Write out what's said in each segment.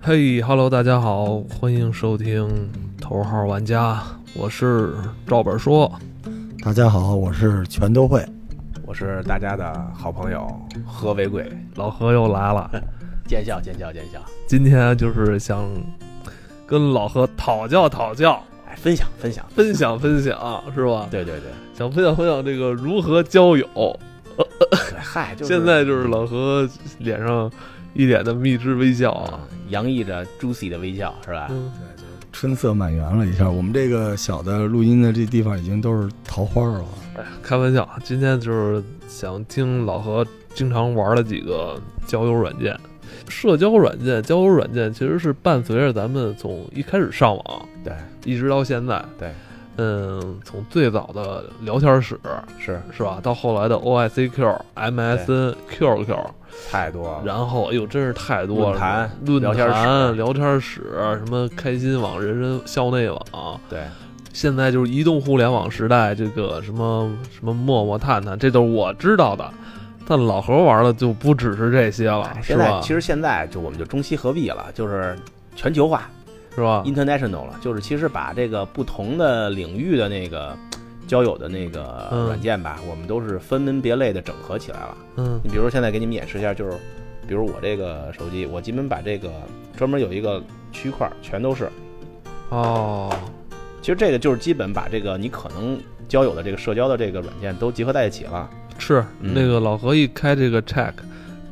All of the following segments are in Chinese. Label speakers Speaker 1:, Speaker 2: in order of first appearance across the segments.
Speaker 1: 嘿、h e l l o 大家好，欢迎收听头号玩家，我是赵本说。
Speaker 2: 大家好，我是全都会。
Speaker 3: 我是大家的好朋友何为贵，
Speaker 1: 老何又来了，
Speaker 4: 见笑，见笑，见笑。
Speaker 1: 今天就是想跟老何讨教讨教，
Speaker 4: 哎，分享，分享。
Speaker 1: 分享分享，是吧？
Speaker 4: 对对对，
Speaker 1: 想分享分享这个如何交友。
Speaker 4: 对嗨，就是
Speaker 1: 现在就是老何脸上一脸的蜜汁微笑啊
Speaker 4: 啊，，洋溢着 juicy 的微笑，是吧？
Speaker 1: 嗯，
Speaker 2: 春色满园了一下，我们这个小的录音的这地方已经都是桃花了。
Speaker 1: 开玩笑，今天就是想听老何经常玩的几个交友软件。社交软件、交友软件其实是伴随着咱们从一开始上网，
Speaker 4: 对，
Speaker 1: 一直到现在，
Speaker 4: 对，
Speaker 1: 嗯，从最早的聊天室
Speaker 4: 是
Speaker 1: 是吧，到后来的 OICQ、MSN、QQ，
Speaker 3: 太多了。
Speaker 1: 然后哎呦，真是太多了，
Speaker 4: 啊论坛
Speaker 1: 论
Speaker 4: 聊天
Speaker 1: 坛
Speaker 4: 室
Speaker 1: 聊天室、什么开心网、人人校内网，
Speaker 4: 对，
Speaker 1: 现在就是移动互联网时代，这个什么什么陌陌、探探，这都是我知道的。但老何玩的就不只是这些了，是
Speaker 4: 哎现在
Speaker 1: 吧？
Speaker 4: 其实现在就我们就中西合璧了，就是全球化
Speaker 1: 是
Speaker 3: 啊
Speaker 1: 吧？
Speaker 4: international 了，就是其实把这个不同的领域的那个交友的那个
Speaker 1: 嗯
Speaker 4: 软件吧，我们都是分门别类的整合起来了。
Speaker 1: 嗯
Speaker 4: 你比如说现在给你们演示一下，就是比如我这个手机，我基本把这个专门有一个区块，全都是
Speaker 1: 哦，
Speaker 4: 其实这个就是基本把这个你可能交友的这个社交的这个软件都集合在一起了。
Speaker 1: 是、
Speaker 4: 嗯
Speaker 1: 那个老何一开这个 check，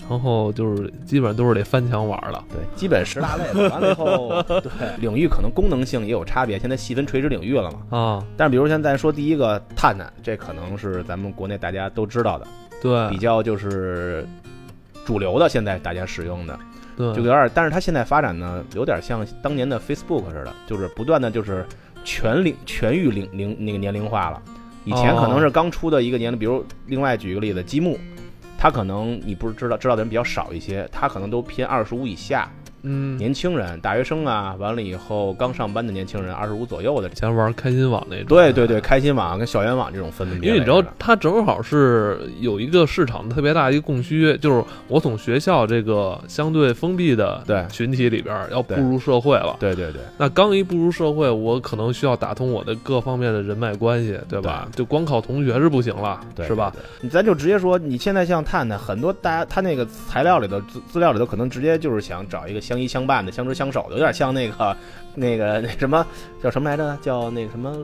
Speaker 1: 然后就是基本上都是得翻墙玩的。
Speaker 4: 对，基本十大类吧。完了以后， 对领域可能功能性也有差别，现在细分垂直领域了嘛。
Speaker 1: 啊，
Speaker 4: 但是比如现在说第一个探探，这可能是咱们国内大家都知道的，比
Speaker 1: 对
Speaker 4: 较就是主流的，现在大家使用的
Speaker 1: 对，
Speaker 4: 就有点，但是它现在发展呢，有点像当年的 Facebook 似的，就是不断的就是全领全域领龄那个年龄化了。以前可能是刚出的一个年龄，比如另外举一个例子，积木，它可能你不是知道知道的人比较少一些，它可能都偏二十五以下
Speaker 1: 嗯，以
Speaker 4: 年轻人、大学生啊，完了以后刚上班的年轻人，二十五左右的这。
Speaker 1: 前玩开心网那种。
Speaker 4: 对对对，，开心网跟校园网这种分门别
Speaker 1: 因为
Speaker 4: 类
Speaker 1: 你
Speaker 4: 的。
Speaker 1: 知道，它正好是有一个市场特别大的一个供需，就是我从学校这个相对封闭的
Speaker 4: 对
Speaker 1: 群体里边儿要步
Speaker 4: 对
Speaker 1: 入社会了。
Speaker 4: 对对对，
Speaker 1: 那刚一步入社会，我可能需要打通我的各方面的人脉关系，对吧？就光靠同学是不行了，
Speaker 4: 对
Speaker 1: 是吧？？
Speaker 4: 对对咱就直接说，你现在像探探，很多大家他那个材料里头、资资料里头，可能直接就是想找一个相依相伴的、相知相守的，有点像那个、那个、那什么叫什么来着？叫那个什么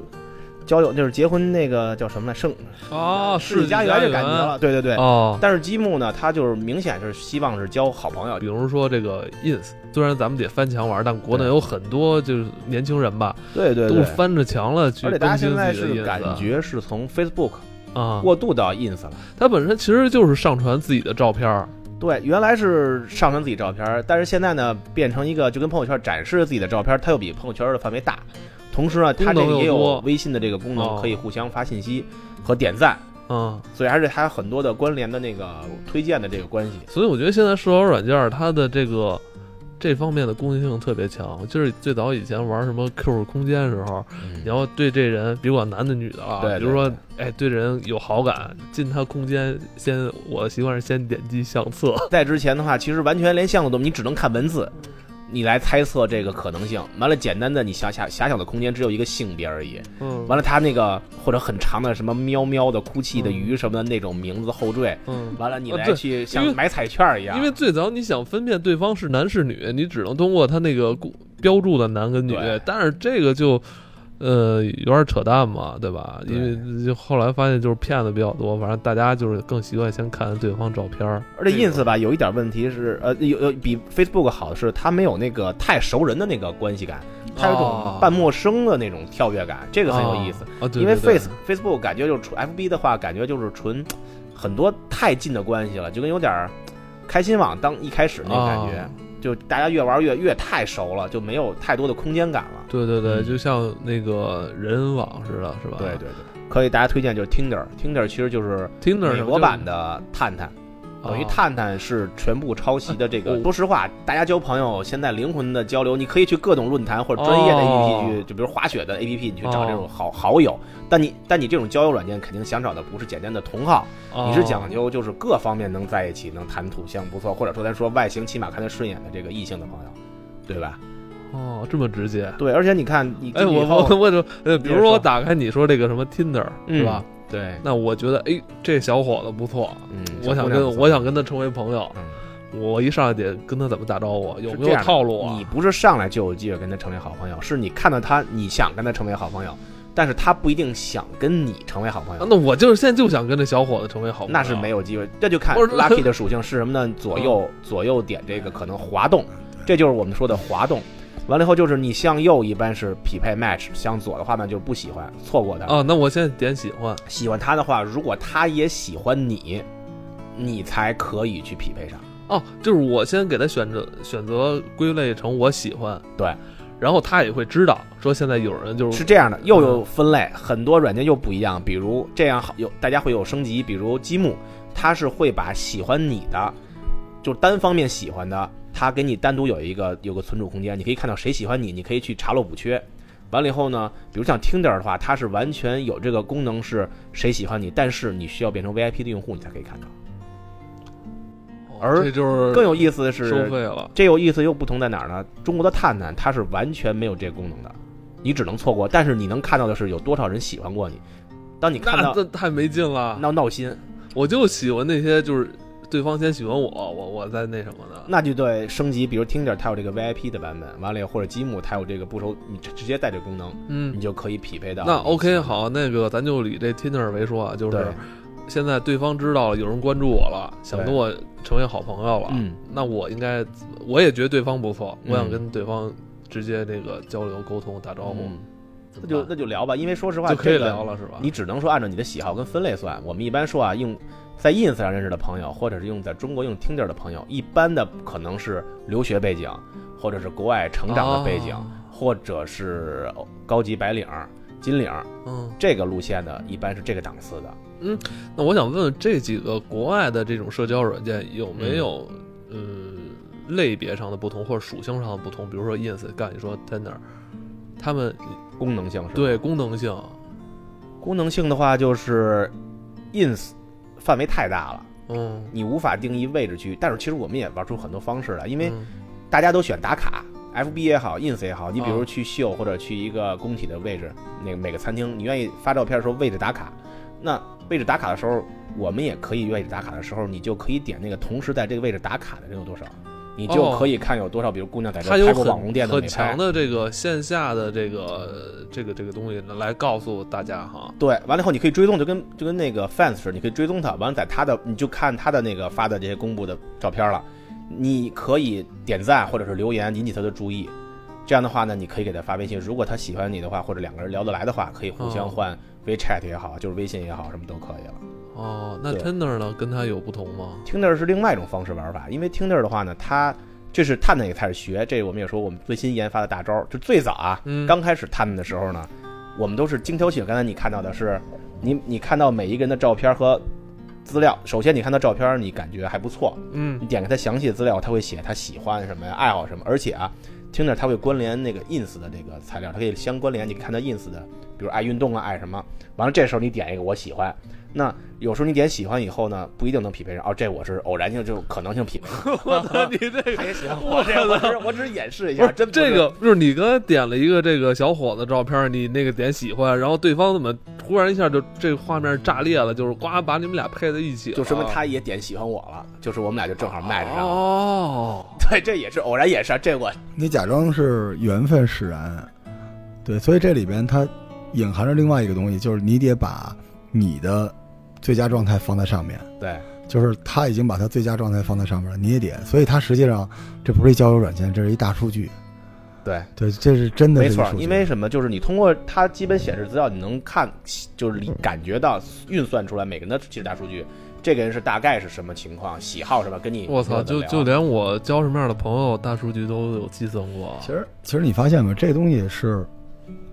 Speaker 4: 交友，就是结婚那个叫什么来？盛
Speaker 1: 啊，
Speaker 4: 世纪
Speaker 1: 家
Speaker 4: 佳缘这感觉了。对对对。
Speaker 1: 哦。
Speaker 4: 但是积木呢，他就是明显是希望是交好朋友
Speaker 1: 比。如说这个 ins，虽然咱们得翻墙玩，但国内
Speaker 4: 对
Speaker 1: 有很多就是年轻人吧，
Speaker 4: 对对
Speaker 1: 都
Speaker 4: 对。
Speaker 1: 翻着墙了去
Speaker 4: 而且
Speaker 1: 更
Speaker 4: 大家
Speaker 1: 新
Speaker 4: 现在
Speaker 1: 自己
Speaker 4: 是
Speaker 1: 的 ins
Speaker 4: 感觉是从 Facebook
Speaker 1: 啊，
Speaker 4: 过渡到 Ins 了。
Speaker 1: 它本身其实就是上传自己的照片儿，
Speaker 4: 对，原来是上传自己照片儿，但是现在呢，变成一个就跟朋友圈展示自己的照片儿，它又比朋友圈的范围大。同时呢，它这
Speaker 1: 功能
Speaker 4: 个
Speaker 1: 又
Speaker 4: 也
Speaker 1: 多
Speaker 4: 有微信的这个功
Speaker 1: 哦
Speaker 4: 能，可以互相发信息和点赞，
Speaker 1: 嗯，
Speaker 4: 所以还是还有很多的关联的那个推荐的这个关系。
Speaker 1: 所以我觉得现在社交软件儿它的这个这方面的攻击性特别强。就是最早以前玩什么 QQ 空间时候，你要对这人，别管男的女的啊，
Speaker 4: 对对
Speaker 1: 比如说，哎，对这人有好感，进他空间先，我的习惯是先点击相册，
Speaker 4: 在之前的话，其实完全连项目都没有，你只能看文字，你来猜测这个可能性。完了，简单的你狭狭狭小的空间只有一个性别而已。
Speaker 1: 嗯，
Speaker 4: 完了，它那个或者很长的什么喵喵的哭泣的鱼什么的那种名字后缀，
Speaker 1: 嗯。
Speaker 4: 完了你
Speaker 1: 啊
Speaker 4: 来
Speaker 1: 对
Speaker 4: 去
Speaker 1: 因
Speaker 4: 像
Speaker 1: 为
Speaker 4: 买彩券儿一样，
Speaker 1: 因为最早你想分辨对方是男是女，你只能通过他那个固标注的男跟女
Speaker 4: 对，
Speaker 1: 但是这个就，呃，有点扯淡嘛，对吧？
Speaker 4: 对
Speaker 1: 因为就后来发现就是骗子比较多，反正大家就是更习惯先看对方照片儿。
Speaker 4: 而且 ins 吧，有一点问题是，呃，有有比 Facebook 好的是，它没有那个太熟人的那个关系感，它有一
Speaker 1: 哦
Speaker 4: 种半陌生的那种跳跃感，这
Speaker 1: 这
Speaker 4: 个很有意思。
Speaker 1: 啊，对，
Speaker 4: 因为
Speaker 1: 对对
Speaker 4: Face Facebook 感觉就是纯 FB 的话，感觉就是纯很多太近的关系了，就跟有点儿开心网当一开始那个感觉，
Speaker 1: 哦
Speaker 4: 就大家越玩越越太熟了，就没有太多的空间感了。
Speaker 1: 对对对，
Speaker 4: 嗯
Speaker 1: 就像那个人网似的，是吧？
Speaker 4: 对对对，可以大家推荐就是 Tinder，Tinder 其实就是
Speaker 1: ，Tinder
Speaker 4: 美国版的探探。
Speaker 1: 就
Speaker 4: 等于
Speaker 1: 啊
Speaker 4: 探探是全部抄袭的这
Speaker 1: 哦
Speaker 4: 个。说实话，大家交朋友现在灵魂的交流，你可以去各种论坛或者专业的
Speaker 1: 哦
Speaker 4: APP 去，就比如滑雪的 APP，你去找这
Speaker 1: 哦
Speaker 4: 种好好友。但你但你这种交友软件肯定想找的不是简单的同好，
Speaker 1: 啊
Speaker 4: 你是讲究就是各方面能在一起能谈吐相不错，或者说咱说外形起码看得顺眼的这个异性的朋友。对吧？
Speaker 1: 哦，这么直接。
Speaker 4: 对，而且你看，你
Speaker 1: 哎，
Speaker 4: 进去以
Speaker 1: 我
Speaker 4: 后
Speaker 1: 我我就呃，比如
Speaker 4: 接着
Speaker 1: 说
Speaker 4: 说
Speaker 1: 我打开你说这个什么 Tinder
Speaker 4: 嗯
Speaker 1: 是吧？
Speaker 4: 对，
Speaker 1: 那我觉得哎，这小伙子不错，
Speaker 4: 嗯，
Speaker 1: 我想
Speaker 4: 小姑娘
Speaker 1: 跟
Speaker 4: 不错
Speaker 1: 我想跟他成为朋友，
Speaker 4: 嗯
Speaker 1: 我一上来得跟他怎么打招呼，有
Speaker 4: 是
Speaker 1: 没有
Speaker 4: 这样的
Speaker 1: 套路啊
Speaker 4: 你？不是上来就有机会跟他成为好朋友，是你看到他，你想跟他成为好朋友，但是他不一定想跟你成为好朋
Speaker 1: 啊
Speaker 4: 友，
Speaker 1: 那我就是现在就想跟这小伙子成为好朋友，
Speaker 4: 那是没有机会。这就看
Speaker 1: 我说
Speaker 4: lucky 的属性是什么呢？左
Speaker 1: 嗯
Speaker 4: 右左右点这个可能滑动，这就是我们说的滑动。完了以后就是你向右一般是匹配 match，向左的话呢就不喜欢，错过他。
Speaker 1: 啊。那我现在点喜欢，
Speaker 4: 喜欢他的话，如果他也喜欢你，你才可以去匹配上。
Speaker 1: 哦，就是我先给他选择选择归类成我喜欢，
Speaker 4: 对，
Speaker 1: 然后他也会知道说现在有人就是
Speaker 4: 这样的，又有分类，很多软件又不一样。比如这样好有大家会有升级，比如积木，它是会把喜欢你的，就单方面喜欢的，它给你单独有一个有个存储空间，你可以看到谁喜欢你，你可以去查漏补缺。完了以后呢，比如像 Tinder 的话，它是完全有这个功能，是谁喜欢你，但是你需要变成 VIP 的用户，你才可以看到。
Speaker 1: 哦
Speaker 4: 而
Speaker 1: 这就是
Speaker 4: 更有意思的是，
Speaker 1: 收费了。
Speaker 4: 这有意思又不同在哪儿呢？中国的探探它是完全没有这功能的，你只能错过，但是你能看到的是有多少人喜欢过你。当你看
Speaker 1: 那
Speaker 4: 到
Speaker 1: 这啊太没劲了，
Speaker 4: 闹闹心，
Speaker 1: 我就喜欢那些就是对方先喜欢我，我我再那什么的。
Speaker 4: 那就对升级，比如 Tinder 它有这个 VIP 的版本，完了以后或者积木它有这个不收，你直直接带这功能，
Speaker 1: 嗯
Speaker 4: 你，就可以匹配到。
Speaker 1: 那 OK，好，那个咱就以这 Tinder 为说啊，就
Speaker 4: 对
Speaker 1: 是，现在对方知道了有人关注我了，想跟我成为好朋友了，
Speaker 4: 嗯
Speaker 1: 那我应该我也觉得对方不错，
Speaker 4: 嗯
Speaker 1: 我想跟对方直接那个交流沟通打招呼，
Speaker 4: 嗯，
Speaker 1: 怎
Speaker 4: 那
Speaker 1: 么
Speaker 4: 就
Speaker 1: 办
Speaker 4: 那就聊吧，因为说实话
Speaker 1: 就可以
Speaker 4: 这个
Speaker 1: 聊了是吧？
Speaker 4: 你只能说按照你的喜好跟分类算。我们一般说啊，用在 ins 上认识的朋友，或者是用在中国用 Tinder 的朋友，一般的可能是留学背景，或者是国外成长的背景，
Speaker 1: 哦
Speaker 4: 或者是高级白领、金领
Speaker 1: 嗯，
Speaker 4: 这个路线的，一般是这个档次的。
Speaker 1: 那我想问问这几个国外的这种社交软件有没有嗯、类别上的不同或者属性上的不同？比如说 Ins，刚才你说 Tinder，他们
Speaker 4: 功能性是吧
Speaker 1: 对功能性
Speaker 4: 功能性的话，就是 ins 范围太大了，
Speaker 1: 嗯，
Speaker 4: 你无法定义位置去。但是其实我们也玩出很多方式来，因为
Speaker 1: 嗯
Speaker 4: 大家都选打卡，FB 也好，ins 也好，你比
Speaker 1: 啊
Speaker 4: 如去秀或者去一个工体的位置，那个每个餐厅，你愿意发照片的时候位置打卡，那位置打卡的时候，我们也可以位置打卡的时候，你就可以点那个同时在这个位置打卡的人有多少，你就可以看有多少，比如姑娘在这
Speaker 1: 哦它有
Speaker 4: 拍过网红
Speaker 1: 很
Speaker 4: 店的
Speaker 1: 很
Speaker 4: 美
Speaker 1: 强
Speaker 4: 拍。
Speaker 1: 的这个线下的这个这个这个东西来告诉大家哈，
Speaker 4: 对，完了以后你可以追踪，就跟就跟那个 fans 似的，你可以追踪他，完了在他的你就看他的那个发的这些公布的照片了，你可以点赞或者是留言引起他的注意，这样的话呢，你可以给他发微信，如果他喜欢你的话，或者两个人聊得来的话，可以互相换 WeChat 也好，就是微信也好，什么都可以了。
Speaker 1: 哦，那
Speaker 4: 对
Speaker 1: Tinder 呢跟它有不同吗？
Speaker 4: Tinder 是另外一种方式玩法，因为 Tinder 的话呢，它这是探探也开始学，这我们也说我们最新研发的大招，就最早啊，
Speaker 1: 嗯，
Speaker 4: 刚开始探的时候呢，我们都是精挑细选。刚才你看到的是，你你看到每一个人的照片和资料，首先你看到照片，你感觉还不错，
Speaker 1: 嗯
Speaker 4: 你点开他详细的资料，他会写他喜欢什么呀，爱好什么，而且啊，听着他会关联那个 ins 的这个材料，它可以相关联，你看他 ins 的，比如爱运动啊，爱什么，完了这时候你点一个我喜欢。那有时候你点喜欢以后呢，不一定能匹配上。哦，这我是偶然性，就可能性匹配。
Speaker 1: 我操，你这个
Speaker 4: 他也喜欢我，这我只 是我只是演示一
Speaker 1: 不
Speaker 4: 下，
Speaker 1: 是
Speaker 4: 真不是
Speaker 1: 这个，就是你刚才点了一个这个小伙子照片，你那个点喜欢，然后对方怎么突然一下就这个画面炸裂了，就是呱把你们俩配在一起了，
Speaker 4: 就说
Speaker 2: 嗯
Speaker 4: 明他也点喜欢我了，就是我们俩就
Speaker 2: 哦
Speaker 4: 正好卖上了。
Speaker 1: 哦，
Speaker 4: 对，这也是偶然也是啊这我
Speaker 2: 你假装是缘分使然，对，所以这里边它隐含着另外一个东西，就是你得把你的最佳状态放在上面，
Speaker 4: 对
Speaker 2: 就是他已经把他最佳状态放在上面了，你也得，所以它实际上这不是一交友软件，这是一大数据，
Speaker 4: 对，
Speaker 2: 对，这是真的
Speaker 4: 没
Speaker 2: 是一
Speaker 4: 错
Speaker 2: 个，数据，
Speaker 4: 因为什么？就是你通过它基本显示资料，你能看，就是你感觉到运算出来每个人的其实大数据，这个人是大概是什么情况，喜好什么，跟你
Speaker 1: 我操，
Speaker 4: 怎
Speaker 1: 就
Speaker 4: 么聊
Speaker 1: 就连我交什么样的朋友，大数据都有计算过。
Speaker 2: 其实，其实你发现吗？这东西是，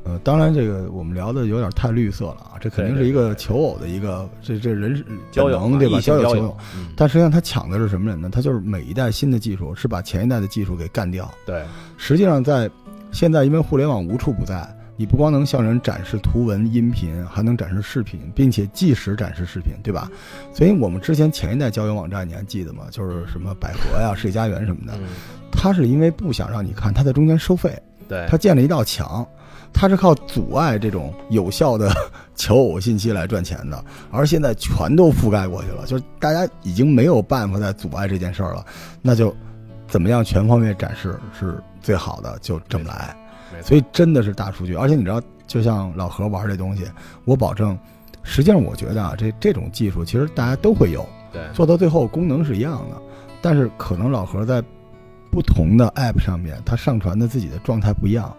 Speaker 2: 呃，当然这个我们聊的有点太绿色了啊，这肯定是一个求偶的一个这这人
Speaker 4: 交友
Speaker 2: 本
Speaker 4: 嘛
Speaker 2: 能对吧？
Speaker 4: 异性
Speaker 2: 交友
Speaker 4: 交
Speaker 2: 求
Speaker 4: 友
Speaker 2: 偶，
Speaker 4: 嗯
Speaker 2: 但实际上它抢的是什么人呢？它就是每一代新的技术是把前一代的技术给干掉。
Speaker 4: 对
Speaker 2: 实际上在现在，因为互联网无处不在，你不光能向人展示图文、音频，还能展示视频，并且即时展示视频，对吧？所以我们之前前一代交友网站你还记得吗？就是什么百合呀、世纪佳缘什么的，
Speaker 4: 嗯，
Speaker 2: 它是因为不想让你看，它在中间收费，
Speaker 4: 对，
Speaker 2: 它建了一道墙，它是靠阻碍这种有效的求偶信息来赚钱的，而现在全都覆盖过去了，就是大家已经没有办法再阻碍这件事儿了，那就怎么样全方位展示是最好的，就这么来。
Speaker 3: 没错
Speaker 2: 所以真的是大数据，而且你知道，就像老何玩这东西，我保证，实际上我觉得啊，这这种技术其实大家都会有，
Speaker 4: 对，
Speaker 2: 做到最后功能是一样的，但是可能老何在不同的 App 上面，他上传的自己的状态不一样，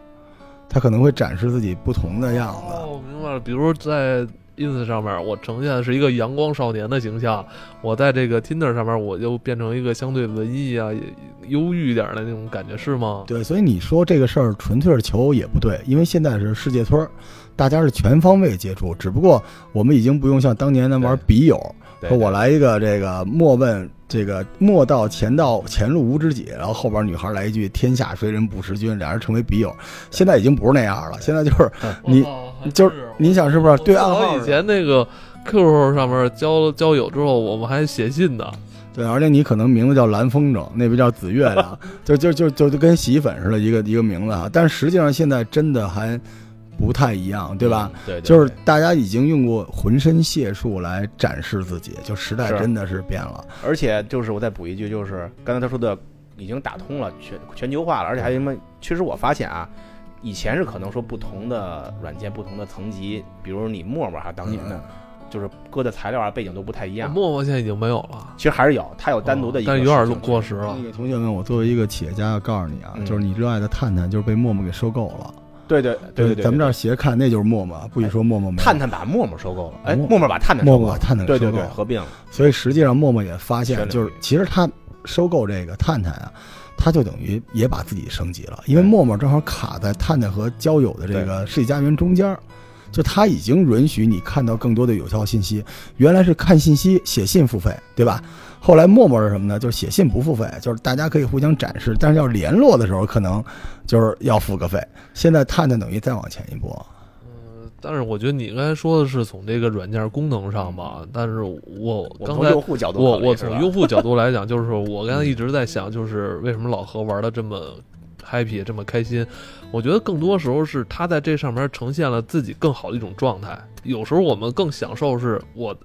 Speaker 2: 他可能会展示自己不同的样子。
Speaker 1: 哦，明白了。比如在 ins 上面，我呈现的是一个阳光少年的形象；我在这个 tinder 上面，我就变成一个相对文艺啊、也忧郁一点的那种感觉，是吗？
Speaker 2: 对，所以你说这个事儿纯粹是求偶也不对，因为现在是世界村儿，大家是全方位接触，只不过我们已经不用像当年那玩笔友，
Speaker 4: 对
Speaker 2: 说我来一个这个莫问这个莫道前道前路无知己，然后后边女孩来一句天下谁人不识君，俩人成为笔友。现在已经不是那样了，现在就是
Speaker 4: 嗯
Speaker 2: 你
Speaker 1: 你
Speaker 2: 就是你想是不是啊对暗号
Speaker 1: 我
Speaker 2: 似
Speaker 1: 以
Speaker 2: 的？
Speaker 1: 前那个 QQ 上面交交友之后，我们还写信呢。
Speaker 2: 对，而且你可能名字叫蓝风筝，那边叫紫月 亮，就就就就就跟洗衣粉似的，一个一个名字啊。但是实际上现在真的还不太一样，对吧？？
Speaker 4: 嗯对，对
Speaker 2: 就是
Speaker 4: 对
Speaker 2: 大家已经用过浑身解数来展示自己，就时代
Speaker 4: 是
Speaker 2: 真的是变了。
Speaker 4: 而且就是我再补一句，就是刚才他说的已经打通了全全球化了，而且还有什么？其实我发现啊，以前是可能说不同的软件、不同的层级，比如你陌陌哈，当年
Speaker 1: 嗯
Speaker 4: 的、就是搁的材料啊、背景都不太一样。
Speaker 1: 陌陌现在已经没有了，
Speaker 4: 其实还是有，它有单独的一个
Speaker 1: 哦但
Speaker 4: 事
Speaker 1: 是
Speaker 4: 情，
Speaker 1: 有点过时了
Speaker 2: 那。个同学们，我作为一个企业家，要告诉你啊，
Speaker 4: 嗯
Speaker 2: 就是你热爱的探探就是被陌陌给收购了。
Speaker 4: 对对对对对，
Speaker 2: 咱们这
Speaker 4: 对哎
Speaker 2: 儿斜看那就是陌陌，不许说陌陌没有
Speaker 4: 探探把陌陌收购了，哎，
Speaker 2: 陌
Speaker 4: 陌陌把探探
Speaker 2: 陌
Speaker 4: 收购
Speaker 2: 陌
Speaker 4: 了
Speaker 2: 把，探探
Speaker 4: 对对
Speaker 2: 收购
Speaker 4: 对，
Speaker 2: 了
Speaker 4: 合并了，
Speaker 2: 所以实际上陌陌也发
Speaker 4: 全
Speaker 2: 现，
Speaker 4: 领
Speaker 2: 就是
Speaker 4: 域
Speaker 2: 其实他收购这个探探啊，他就等于也把自己升级了，因为
Speaker 4: 对
Speaker 2: 陌陌正好卡在探探和交友的这
Speaker 4: 对
Speaker 2: 个世纪佳缘中间儿。就他已经允许你看到更多的有效信息，原来是看信息写信付费，对吧？后来陌陌是什么呢？就是写信不付费，就是大家可以互相展示，但是要联络的时候可能就是要付个费。现在探探等于再往前一步，啊
Speaker 1: 但是我觉得你刚才说的是从这个软件功能上吧，但是我
Speaker 4: 我
Speaker 1: 刚
Speaker 4: 从
Speaker 1: 才
Speaker 4: 用户角度
Speaker 1: 我
Speaker 4: 考虑
Speaker 1: 我
Speaker 4: 是
Speaker 1: 从
Speaker 4: 吧
Speaker 1: 用户角度来讲，就是我刚才一直在想，就是为什么老何玩的这么 happy，这么开心？我觉得更多时候是他在这上面呈现了自己更好的一种状态。有时候我们更享受是我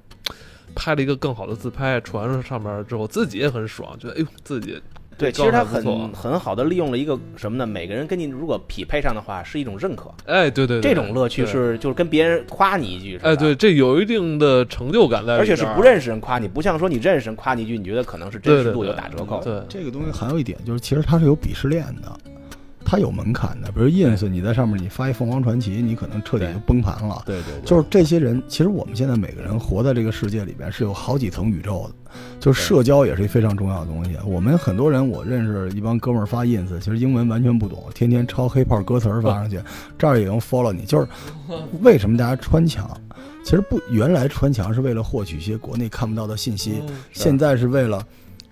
Speaker 1: 拍了一个更好的自拍，传上上面之后，自己也很爽，觉得哎呦自己
Speaker 4: 对，
Speaker 1: 这
Speaker 4: 其
Speaker 1: 状
Speaker 4: 实它
Speaker 1: 态不错
Speaker 4: 很很好的利用了一个什么呢？每个人跟你如果匹配上的话，是一种认可，
Speaker 1: 哎对对对
Speaker 4: 这种乐趣
Speaker 1: 对
Speaker 4: 是就是跟别人夸你一句，是吧
Speaker 1: 哎对，，这有一定的成就感在里
Speaker 4: 而
Speaker 1: 边
Speaker 4: 且
Speaker 1: 儿，
Speaker 4: 是不认识人夸你，不像说你认识人夸你一句，你觉得可能是真
Speaker 1: 对
Speaker 4: 实
Speaker 1: 对
Speaker 4: 度有
Speaker 1: 对
Speaker 4: 打折扣。
Speaker 1: 对。
Speaker 2: 这个东西还有一点就是，其实它是有鄙视链的，它有门槛的。比如 ins，你在上面你发一凤凰传奇，你可能彻底就崩盘了。
Speaker 4: 对对对，
Speaker 2: 就是这些人，其实我们现在每个人活在这个世界里边是有好几层宇宙的，就是社交也是一非常重要的东西。我们很多人，我认识一帮哥们儿发 ins，其实英文完全不懂，天天抄黑炮歌词儿发上去，这儿也能 follow 你。就是为什么大家穿墙？其实不，原来穿墙是为了获取一些国内看不到的信息，
Speaker 1: 嗯
Speaker 2: 现在是为了，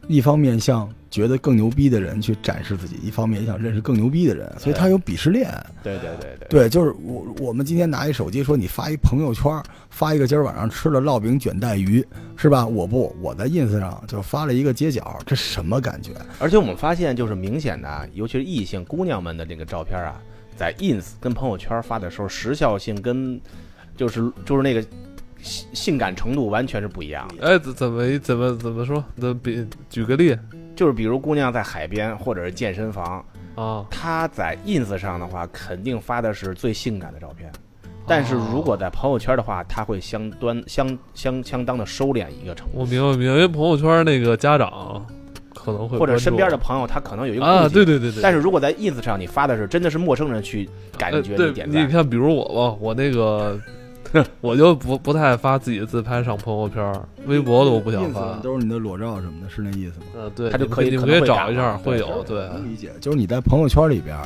Speaker 2: 一方面向觉得更牛逼的人去展示自己，一方面也想认识更牛逼的人，所以他有鄙视链。
Speaker 4: 对对对对，
Speaker 2: 对，就是我我们今天拿一手机说你发一朋友圈，发一个今儿晚上吃了烙饼卷带鱼，是吧？我不，我在 ins 上就发了一个街角，这什么感觉？
Speaker 4: 而且我们发现就是明显的，啊，尤其是异性姑娘们的这个照片啊，在 ins 跟朋友圈发的时候，时效性跟就是就是那个性性感程度完全是不一样的。
Speaker 1: 哎，怎怎么怎么怎么说？怎比举个例
Speaker 4: 就是比如姑娘在海边或者是健身房，
Speaker 1: 啊？
Speaker 4: 她在 ins 上的话，肯定发的是最性感的照片。
Speaker 1: 哦
Speaker 4: 但是如果在朋友圈的话，她会相端相相相当的收敛一个程度，
Speaker 1: 我明白，明白，因为朋友圈那个家长可能会
Speaker 4: 或者
Speaker 1: 关注
Speaker 4: 身边的朋友，她可能有一个
Speaker 1: 啊，
Speaker 4: 顾忌
Speaker 1: 对对对对。
Speaker 4: 但是如果在 ins 上你发的是真的是陌生人去感
Speaker 1: 呃
Speaker 4: 觉
Speaker 1: 对
Speaker 4: 你点
Speaker 1: 你
Speaker 4: 赞，
Speaker 1: 看，比如我吧，我那 个我就不不太发自己的自拍上朋友圈，微博的我不想
Speaker 2: ins
Speaker 1: 发
Speaker 2: 上。都是你的裸照什么的，是那意思吗？
Speaker 1: 嗯，对，
Speaker 4: 他就
Speaker 1: 你
Speaker 4: 可以
Speaker 1: 你们
Speaker 4: 可
Speaker 1: 可
Speaker 4: 能
Speaker 1: 以
Speaker 4: 会
Speaker 1: 找
Speaker 4: 感
Speaker 1: 一下，
Speaker 4: 嘛对
Speaker 1: 会有
Speaker 4: 对
Speaker 1: 对。
Speaker 2: 能理解，就是你在朋友圈里边，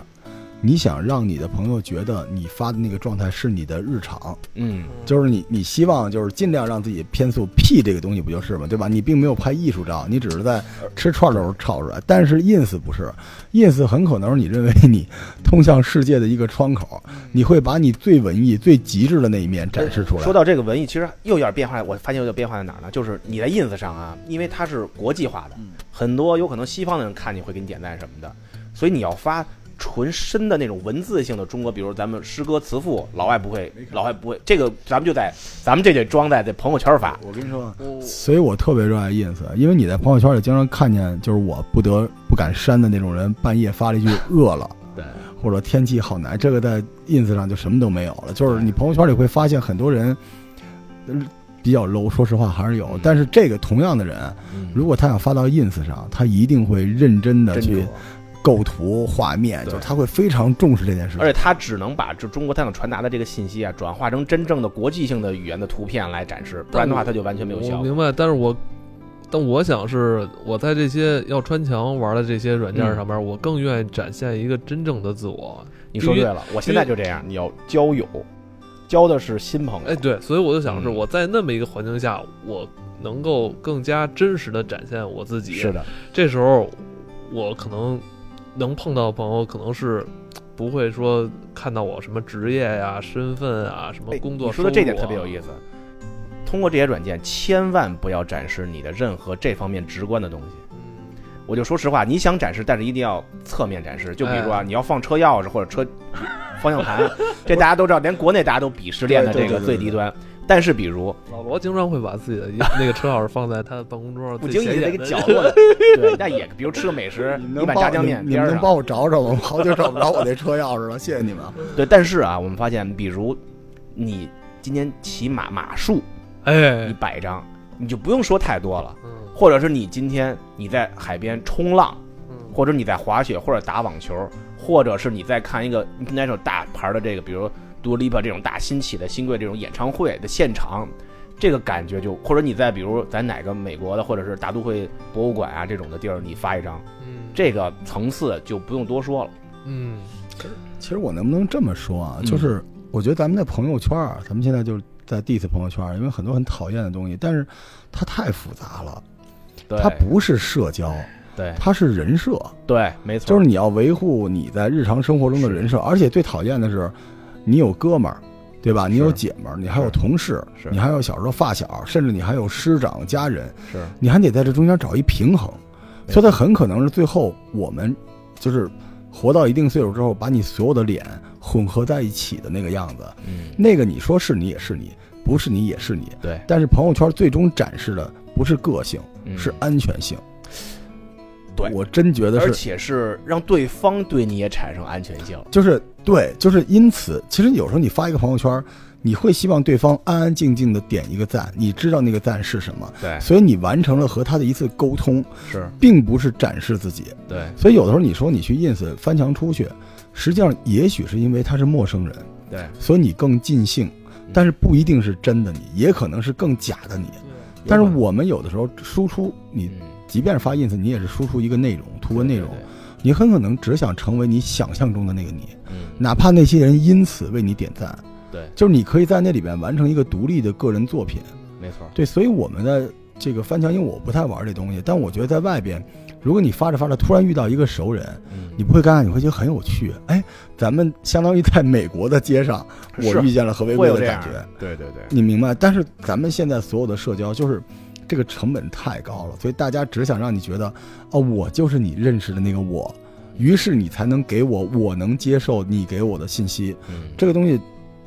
Speaker 2: 你想让你的朋友觉得你发的那个状态是你的日常，
Speaker 4: 嗯，
Speaker 2: 就是你你希望就是尽量让自己偏速 P 这个东西不就是嘛，对吧？你并没有拍艺术照，你只是在吃串儿的时候炒出来。但是 ins 不是，ins 很可能是你认为你通向世界的一个窗口，你会把你最文艺、最极致的那一面展示出来
Speaker 4: 说。到这个文艺，其实又有点变化。我发现有点变化在哪儿呢？就是你在 ins 上啊，因为它是国际化的，很多有可能西方的人看你会给你点赞什么的，所以你要发纯深的那种文字性的中国，比如咱们诗歌词赋，老外不会，老外不会。这个咱们就得，咱们这得装在这朋友圈发。
Speaker 2: 我跟你说，所以我特别热爱 ins，因为你在朋友圈里经常看见，就是我不得不敢删的那种人，半夜发了一句“饿了”，
Speaker 4: 对，
Speaker 2: 或者天气好难，这个在 ins 上就什么都没有了。就是你朋友圈里会发现很多人呃比较 low，说实话还是有
Speaker 4: 嗯，
Speaker 2: 但是这个同样的人，如果他想发到 ins 上，他一定会认真的
Speaker 4: 真
Speaker 2: 去
Speaker 4: 的，
Speaker 2: 构图、画面，
Speaker 4: 对
Speaker 2: 就是他会非常重视这件事情。
Speaker 4: 而且他只能把这中国他想传达的这个信息啊，转化成真正的国际性的语言的图片来展示，不然的话他就完全没有
Speaker 1: 我
Speaker 4: 效果。
Speaker 1: 明白，但是我，但我想是我在这些要穿墙玩的这些软
Speaker 4: 嗯
Speaker 1: 件上面，我更愿意展现一个真正的自我。
Speaker 4: 你说对了，我现在就这样，你要交友，交的是新朋友。
Speaker 1: 哎，对，所以我就想是
Speaker 4: 嗯
Speaker 1: 我在那么一个环境下，我能够更加真实的展现我自己。
Speaker 4: 是的，
Speaker 1: 这时候我可能能碰到的朋友，可能是不会说看到我什么职业呀、身份啊、什么
Speaker 4: 哎
Speaker 1: 工作、啊
Speaker 4: 你说的这点特别有
Speaker 1: 思。
Speaker 4: 意思。通过这些软件，千万不要展示你的任何这方面直观的东西。
Speaker 2: 嗯
Speaker 4: 我就说实话，你想展示，但是一定要侧面展示。就比如
Speaker 2: 哎
Speaker 4: 说啊，你要放车钥匙或者车方向盘，这大家都知道，连国内大家都鄙视链的
Speaker 2: 对
Speaker 4: 这
Speaker 2: 对
Speaker 4: 个
Speaker 2: 对对
Speaker 4: 最低端。但是比如
Speaker 1: 老罗经常会把自己的一 那个车钥匙放在他的办公桌上，
Speaker 4: 不经意
Speaker 1: 最
Speaker 4: 的
Speaker 1: 显
Speaker 4: 一
Speaker 1: 眼的
Speaker 4: 个 角落的，对，但也比如吃个美食，
Speaker 2: 你
Speaker 4: 一
Speaker 2: 能
Speaker 4: 碗
Speaker 2: 帮
Speaker 4: 炸酱面
Speaker 2: 你
Speaker 4: 边
Speaker 2: 们
Speaker 4: 上
Speaker 2: 能，帮我找找吗？我好久找不着我那车钥匙了，谢谢你们。啊！
Speaker 4: 对。但是啊，我们发现，比如你今天骑马马术一
Speaker 1: 哎，
Speaker 4: 百张，你就不用说太多了。
Speaker 1: 嗯
Speaker 4: 或者是你今天你在海边冲浪，
Speaker 1: 嗯，
Speaker 4: 或者你在滑雪，或者打网球，或者是你在看一个 international 大牌的这个，比如 Dua Lipa 这种大兴起的新贵这种演唱会的现场，这个感觉就，或者你在比如在哪个美国的，或者是大都会博物馆啊这种的地儿，你发一张，
Speaker 1: 嗯
Speaker 4: 这个层次就不用多说了。
Speaker 1: 嗯，
Speaker 2: 其实我能不能这么说啊？
Speaker 4: 嗯
Speaker 2: 就是我觉得咱们在朋友圈儿，咱们现在就是在 diss 朋友圈儿，因为很多很讨厌的东西，但是它太复杂了，
Speaker 4: 对，
Speaker 2: 它不是社交，
Speaker 4: 对
Speaker 2: 它是人设，
Speaker 4: 对，没错，
Speaker 2: 就是你要维护你在日常生活中的人设，而且最讨厌的是，你有哥们儿。对吧？你有姐们儿，你还有同事
Speaker 4: 是，
Speaker 2: 你还有小时候发小，甚至你还有师长、家人，
Speaker 4: 是
Speaker 2: 你还得在这中间找一平衡，
Speaker 4: 没
Speaker 2: 所
Speaker 4: 错
Speaker 2: 以它很可能是最后我们就是活到一定岁数之后，把你所有的脸混合在一起的那个样子。
Speaker 4: 嗯，
Speaker 2: 那个你说是你也是你，不是你也是你。
Speaker 4: 对，
Speaker 2: 但是朋友圈最终展示的不是个性，
Speaker 4: 嗯
Speaker 2: 是安全性。
Speaker 4: 对
Speaker 2: 我真觉得
Speaker 4: 而
Speaker 2: 是，
Speaker 4: 且是让对方对你也产生安全性。
Speaker 2: 就是对，就是因此，其实有时候你发一个朋友圈，你会希望对方安安静静的点一个赞，你知道那个赞是什么，
Speaker 4: 对，
Speaker 2: 所以你完成了和他的一次沟通，
Speaker 4: 是
Speaker 2: 并不是展示自己。
Speaker 4: 对，
Speaker 2: 所以有的时候你说你去 ins 翻墙出去，实际上也许是因为他是陌生人，
Speaker 4: 对，
Speaker 2: 所以你更尽兴，
Speaker 4: 嗯
Speaker 2: 但是不一定是真的你，也可能是更假的你。但是我们有的时候输出，你
Speaker 4: 嗯
Speaker 2: 即便是发 ins，你也是输出一个内容、图文内容
Speaker 4: 对，对
Speaker 2: 你很可能只想成为你想象中的那个你，
Speaker 4: 对嗯，
Speaker 2: 哪怕那些人因此为你点赞，
Speaker 4: 对，
Speaker 2: 就是你可以在那里边完成一个独立的个人作品。
Speaker 4: 没错，
Speaker 2: 对，所以我们的这个翻墙，因为我不太玩这东西，但我觉得在外边，如果你发着发着突然遇到一个熟人。
Speaker 4: 嗯
Speaker 2: 你不会尴尬，你会觉得很有趣。哎，咱们相当于在美国的街上，我
Speaker 4: 是
Speaker 2: 遇见了合为
Speaker 4: 会
Speaker 2: 贵
Speaker 4: 有
Speaker 2: 的
Speaker 4: 这
Speaker 2: 感
Speaker 4: 样
Speaker 2: 觉，，
Speaker 4: 对对对，
Speaker 2: 你明白？但是咱们现在所有的社交就是这个成本太高了，所以大家只想让你觉得，哦，我就是你认识的那个我，于是你才能给我我能接受你给我的信息。
Speaker 4: 嗯，
Speaker 2: 这个东西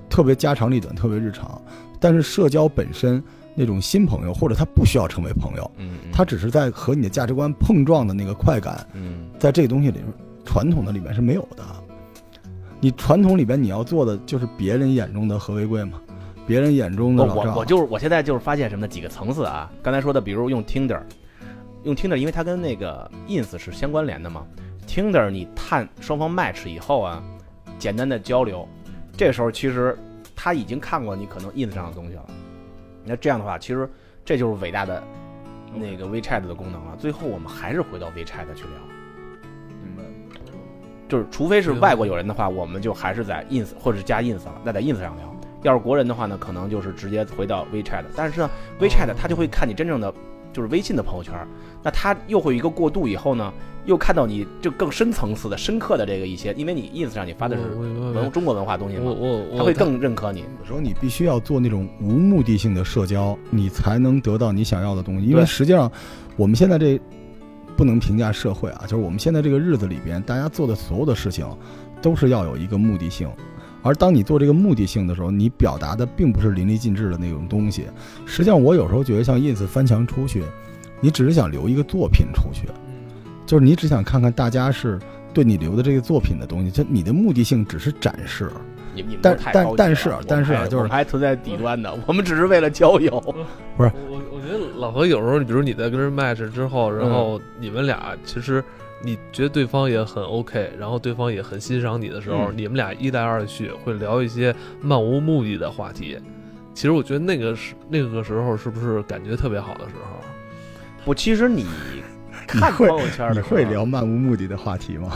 Speaker 2: 特别家长里短，特别日常。但是社交本身那种新朋友，或者他不需要成为朋友，
Speaker 4: 嗯，嗯
Speaker 2: 他只是在和你的价值观碰撞的那个快感。
Speaker 4: 嗯
Speaker 2: 在这个东西里面，传统的里面是没有的。你传统里边你要做的就是别人眼中的和为贵嘛，别人眼中的
Speaker 4: 我
Speaker 2: 老
Speaker 4: 哦我
Speaker 2: 赵。
Speaker 4: 我就是我现在就是发现什么呢？几个层次啊，刚才说的，比如用 Tinder，用 Tinder，因为它跟那个 Ins 是相关联的嘛。Tinder 你探双方 match 以后啊，简单的交流，这时候其实他已经看过你可能 Ins 上的东西了。那这样的话，其实这就是伟大的那
Speaker 2: 嗯
Speaker 4: 个 WeChat 的功能了。最后我们还是回到 WeChat 去聊，就是除非是外国友人的话，我们就还是在 ins 或者是加 ins 了，那在 ins 上聊。要是国人的话呢，可能就是直接回到 WeChat，但是呢，WeChat 他就会看你真正的就是微信的朋友圈，那他又会有一个过渡以后呢，又看到你就更深层次的、深刻的这个一些，因为你 ins 上你发的是文
Speaker 1: 我
Speaker 4: 中国文化东西
Speaker 1: 我
Speaker 4: 嘛，
Speaker 1: 我我
Speaker 4: 他会更认可你。
Speaker 2: 有时候你必须要做那种无目的性的社交，你才能得到你想要的东西。因为
Speaker 4: 对
Speaker 2: 实际上，我们现在这不能评价社会啊，就是我们现在这个日子里边，大家做的所有的事情都是要有一个目的性。而当你做这个目的性的时候，你表达的并不是淋漓尽致的那种东西。实际上，我有时候觉得像 ins 翻墙出去，你只是想留一个作品出去，
Speaker 1: 嗯
Speaker 2: 就是你只想看看大家是对你留的这个作品的东西，就你的目的性只是展示。
Speaker 4: 你们你们
Speaker 2: 但
Speaker 4: 都太
Speaker 2: 但
Speaker 4: 高级
Speaker 2: 但
Speaker 4: 了
Speaker 2: 是
Speaker 4: 我们
Speaker 2: 但是啊
Speaker 4: 还
Speaker 2: 就是
Speaker 4: 我们还存在底端的， 我们只是为了交友。
Speaker 1: 我我觉得老何有时候，你比如你在跟人 match 之后，
Speaker 4: 嗯
Speaker 1: 然后你们俩其实你觉得对方也很 OK，然后对方也很欣赏你的时候，
Speaker 4: 嗯
Speaker 1: 你们俩一来二去会聊一些漫无目的的话题。其实我觉得那个是那个时候是不是感觉特别好的时候？
Speaker 4: 不，其实你看
Speaker 2: 你会
Speaker 4: 朋友圈
Speaker 2: 你
Speaker 4: 的时候啊
Speaker 2: 会聊漫无目的的话题吗？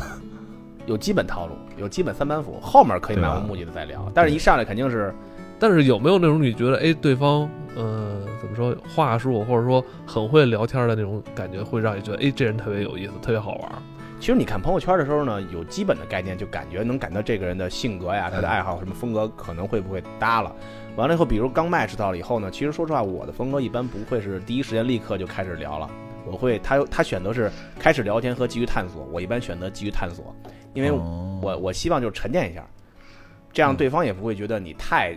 Speaker 4: 有基本套路，有基本三板斧，后面可以
Speaker 2: 对吧
Speaker 4: 漫无目的的再聊。但是一上来肯定是
Speaker 1: 但是有没有那种你觉得哎对方呃怎么说话术或者说很会聊天的那种感觉，会让你觉得哎这人特别有意思，特别好玩？
Speaker 4: 其实你看朋友圈的时候呢，有基本的概念，就感觉能感到这个人的性格呀、他的爱好、什么风格可能会不会搭了。完了以后，比如刚 match 到了以后呢，其实说实话，我的风格一般不会是第一时间立刻就开始聊了，我会他他选择是开始聊天和继续探索，我一般选择继续探索，因为
Speaker 2: 我
Speaker 4: 我我希望就是沉淀一下，这样对方也不会觉得你太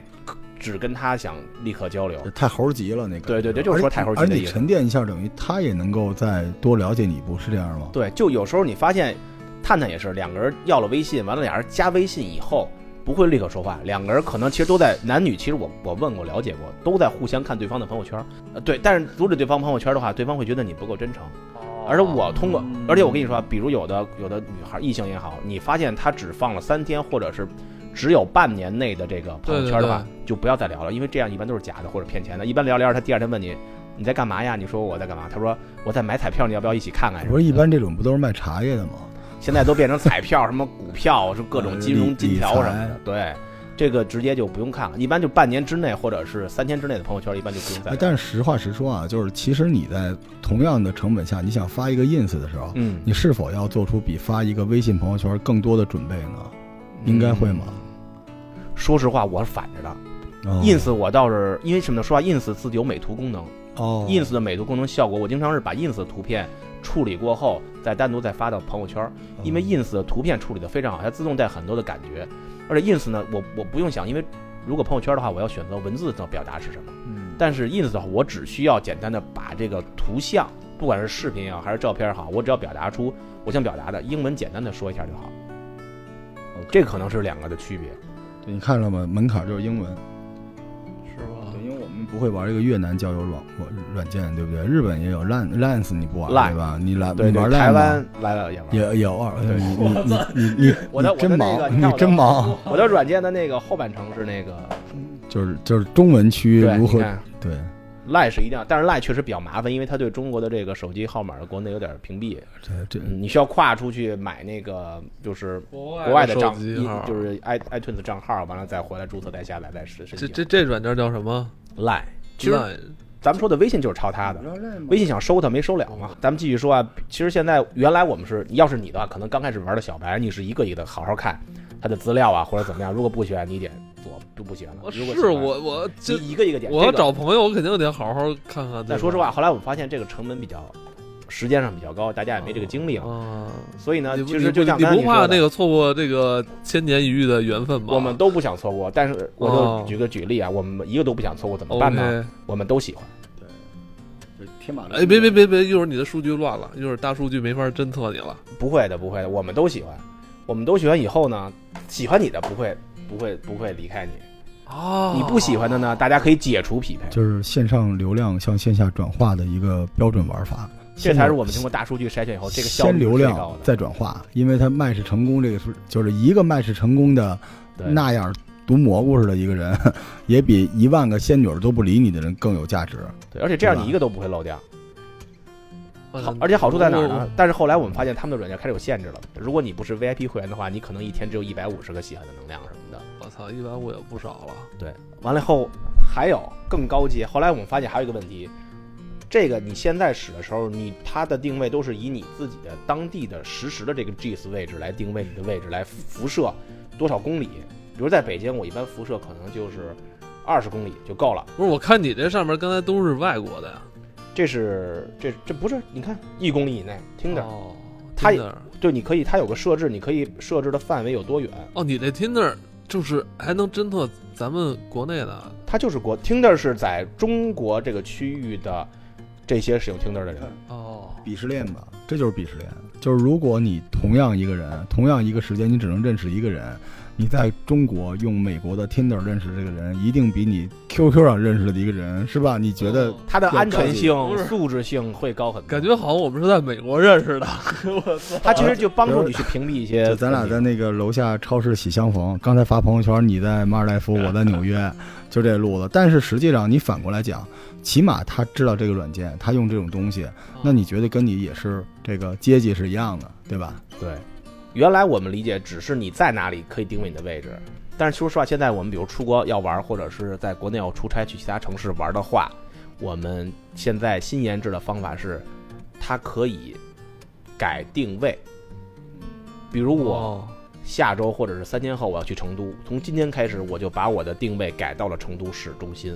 Speaker 4: 只跟他想立刻交流。
Speaker 2: 哦太猴急了那个。
Speaker 4: 对对对就是说太猴急
Speaker 2: 而
Speaker 4: 的
Speaker 2: 且你
Speaker 4: 意思
Speaker 2: 沉淀一下，等于他也能够再多了解你一步，是这样吗？
Speaker 4: 对，就有时候你发现，探探也是两个人要了微信，完了俩人加微信以后不会立刻说话，两个人可能其实都在男女，其实我我问过了解过，都在互相看对方的朋友圈。呃，对，但是阻止对方朋友圈的话，对方会觉得你不够真诚。
Speaker 1: 哦
Speaker 4: 而且我通过，
Speaker 1: 嗯
Speaker 4: 而且我跟你说啊，比如有的有的女孩异性也好，你发现她只放了三天，或者是只有半年内的这个朋友圈的话，
Speaker 1: 对
Speaker 4: 就不要再聊了，因为这样一般都是假的或者骗钱的。一般聊聊，她第二天问你你在干嘛呀？你说我在干嘛？她说我在买彩票，你要不要一起看看？
Speaker 2: 不是一般这种不都是卖茶叶的吗？
Speaker 4: 现在都变成彩票、什么股票、是各种金融金条什么
Speaker 2: 哎理
Speaker 4: 的。对，这个直接就不用看了，一般就半年之内或者是三天之内的朋友圈，一般就不用再
Speaker 2: 哎
Speaker 4: 看。
Speaker 2: 但是实话实说啊，就是其实你在同样的成本下，你想发一个 ins 的时候，
Speaker 4: 嗯，
Speaker 2: 你是否要做出比发一个微信朋友圈更多的准备呢？应该会吗
Speaker 4: 说实话，我是反着的。
Speaker 2: 哦
Speaker 4: ins 我倒是因为什么呢？说话 ins 自己有美图功能
Speaker 2: 哦
Speaker 4: ，ins 的美图功能效果，我经常是把 ins 的图片处理过后，再单独再发到朋友圈。
Speaker 2: 哦
Speaker 4: 因为 ins 的图片处理的非常好，它自动带很多的感觉，而且 ins 呢，我我不用想，因为如果朋友圈的话，我要选择文字的表达是什么。
Speaker 2: 嗯
Speaker 4: 但是 ins 的话，我只需要简单的把这个图像，不管是视频也好，还是照片也好，我只要表达出我想表达的，英文简单的说一下就好。
Speaker 2: 哦
Speaker 4: 这可能是两个的区别。
Speaker 2: 你看了吗？门槛就是英文。
Speaker 1: 是吧？
Speaker 2: 对，因为我们不会玩这个越南交友软软件，对不对？日本也有 Lan Lance，你不玩
Speaker 4: Line
Speaker 2: 对吧？你来
Speaker 4: 对
Speaker 2: 你玩
Speaker 4: 对，
Speaker 2: Line
Speaker 4: 台
Speaker 2: 吗
Speaker 4: 湾来了也玩。
Speaker 2: 也也玩，
Speaker 4: 对
Speaker 2: 你你你你你
Speaker 4: 我的
Speaker 2: 你真
Speaker 4: 我的那个
Speaker 2: 忙，
Speaker 4: 嗯你看我的
Speaker 2: 真忙，
Speaker 4: 我的软件的那个后半程是那个，
Speaker 2: 就是就是中文区
Speaker 4: 对，
Speaker 2: 如何
Speaker 4: 你看
Speaker 2: 对
Speaker 4: Line 是一定要，但是 Line 确实比较麻烦，因为它对中国的这个手机号码国内有点屏蔽，
Speaker 2: 这这
Speaker 4: 嗯你需要跨出去买那个就是
Speaker 1: 国
Speaker 4: 国外的
Speaker 1: 手
Speaker 4: 账，
Speaker 1: 机
Speaker 4: 一
Speaker 1: 号
Speaker 4: 就是 i iTunes 账号，完了再回来注册、再下载、再申申
Speaker 1: 这
Speaker 4: 请。
Speaker 1: 这这软件叫什么？
Speaker 4: Line，其实
Speaker 1: Line
Speaker 4: 咱们说的微信就是抄它的，
Speaker 2: 哎
Speaker 4: 微信想收它没收了嘛。咱们继续说啊，其实现在原来我们是，要是你的话，可能刚开始玩的小白，你是一个一个好好看它的资料啊，或者怎么样。如果不喜欢，你点左就不喜欢了。
Speaker 1: 我
Speaker 4: 如果
Speaker 1: 是我我
Speaker 4: 喜
Speaker 1: 这
Speaker 4: 欢你一个一个点。
Speaker 1: 我要
Speaker 4: 这个
Speaker 1: 找朋友，我肯定得好好看看。
Speaker 4: 但说实话，后来我们发现这个成本比较，时间上比较高，大家也没这个精力啊。
Speaker 1: 啊，
Speaker 4: 所以呢，
Speaker 1: 你不
Speaker 4: 其
Speaker 1: 你
Speaker 4: 实就
Speaker 1: 不
Speaker 4: 像
Speaker 1: 你
Speaker 4: 刚才
Speaker 1: 不怕
Speaker 4: 说的
Speaker 1: 那个错过这个千年一遇的缘分吗？
Speaker 4: 我们都不想错过，但是我
Speaker 1: 哦
Speaker 4: 就举个举例啊，我们一个都不想错过，怎么办呢？
Speaker 1: OK，
Speaker 4: 我们都喜欢。
Speaker 2: 天马
Speaker 1: 哎，别别别别，一会儿你的数据乱了，一会儿大数据没法侦测你了。
Speaker 4: 不会的，不会的，我们都喜欢，我们都喜欢。以后呢，喜欢你的不会，不会，不会离开你。
Speaker 1: 哦
Speaker 4: 你不喜欢的呢，大家可以解除匹配，
Speaker 2: 就是线上流量向线下转化的一个标准玩法，
Speaker 4: 这才是我们
Speaker 2: 先
Speaker 4: 通过大数据筛选以后这个效
Speaker 2: 先
Speaker 4: 率
Speaker 2: 流
Speaker 4: 是最高
Speaker 2: 量
Speaker 4: 的。
Speaker 2: 再转化，因为它卖是成功，这个是就是一个卖是成功的
Speaker 4: 对
Speaker 2: 那样毒蘑菇似的一个人， 也比一万个仙女儿都不理你的人更有价值。
Speaker 4: 对，而且这样
Speaker 2: 对吧
Speaker 4: 你一个都不会漏掉。
Speaker 1: 哦
Speaker 2: 嗯
Speaker 4: 好，而且好处在哪儿
Speaker 1: 我
Speaker 4: 呢？但是后来我们发现他们的软件开始有限制了。如果你不是 VIP 会员的话，你可能一天只有一百五十个喜欢的能量什么的。
Speaker 1: 我操，一百五也不少了。
Speaker 4: 对，完了以后还有更高阶。后来我们发现还有一个问题，这个你现在使的时候，你它的定位都是以你自己的当地的实时的这个 GIS 位置来定位你的位置，来辐射多少公里。比如在北京，我一般辐射可能就是二十公里就够了。
Speaker 1: 不是，我看你这上面刚才都是外国的呀。
Speaker 4: 这是这这不是？你看一公里以内，听着，
Speaker 1: 哦
Speaker 4: 它也
Speaker 1: ，Tinder
Speaker 4: 对，你可以它有个设置，你可以设置的范围有多远。
Speaker 1: 哦，你这 Tinder 就是还能侦测咱们国内的，啊
Speaker 4: 它就是国 Tinder 是在中国这个区域的这些使用 Tinder 的人，
Speaker 1: 哦，
Speaker 2: 鄙视链吧，这就是鄙视链。就是如果你同样一个人，同样一个时间，你只能认识一个人，你在中国用美国的 Tinder 认识这个人，一定比你 QQ 上认识的一个人，是吧？你觉得
Speaker 1: 哦
Speaker 4: 它的安全性
Speaker 1: 不、是
Speaker 4: 素质性会高很多。
Speaker 1: 感觉好像我们是在美国认识的？
Speaker 4: 它其实就帮助你去屏蔽一些。
Speaker 2: 就咱俩在那个楼下超市喜相逢，刚才发朋友圈，你在马尔代夫，我在纽约，就这路子。但是实际上，你反过来讲，起码他知道这个软件，他用这种东西，那你觉得跟你也是这个阶级是一样的，对吧？
Speaker 4: 对，原来我们理解只是你在哪里可以定位你的位置，但是说实话，现在我们比如出国要玩，或者是在国内要出差去其他城市玩的话，我们现在新研制的方法是，它可以改定位。比如我
Speaker 1: 哦
Speaker 4: 下周或者是三天后我要去成都，从今天开始我就把我的定位改到了成都市中心，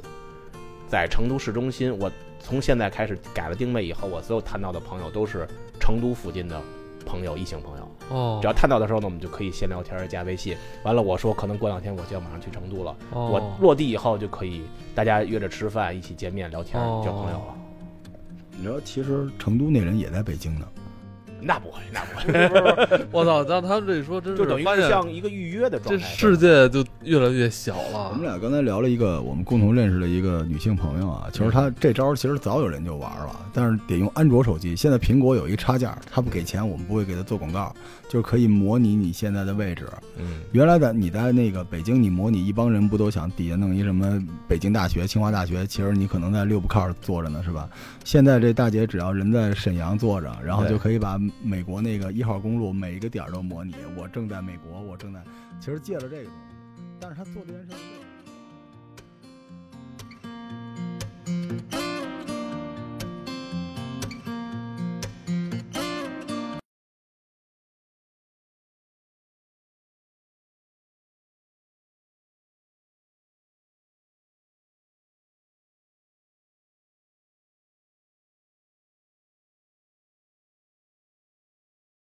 Speaker 4: 在成都市中心，我从现在开始改了定位以后，我所有探到的朋友都是成都附近的朋友，异性朋友。
Speaker 1: 哦，
Speaker 4: 只要探到的时候呢，我们就可以先聊天加微信。完了，我说可能过两天我就要马上去成都了，我
Speaker 1: 哦
Speaker 4: 落地以后就可以大家约着吃饭，一起见面聊天
Speaker 1: 哦
Speaker 4: 交朋友了。
Speaker 2: 你知道，其实成都那人也在北京呢。
Speaker 4: 那不会，那 不会，
Speaker 1: 我操，让他们这一说，真是
Speaker 4: 就等于
Speaker 1: 发
Speaker 4: 是
Speaker 1: 现
Speaker 4: 像一个预约的状
Speaker 1: 这
Speaker 4: 态。
Speaker 1: 世界就越来越小了。
Speaker 2: 我们俩刚才聊了一个我们共同认识的一个女性朋友啊，其实她这招其实早有人就玩了，但是得用安卓手机。现在苹果有一个插件，它不给钱，我们不会给它做广告，就是可以模拟你现在的位置。
Speaker 4: 嗯，
Speaker 2: 原来在你在那个北京，你模拟一帮人不都想底下弄一什么北京大学、清华大学？其实你可能在六部靠坐着呢，是吧？现在这大姐只要人在沈阳坐着，然后
Speaker 4: 对
Speaker 2: 就可以把美国那个一号公路每一个点儿都模拟。我正在美国，我正在，其实借着这个东西，但是他做这件事。情。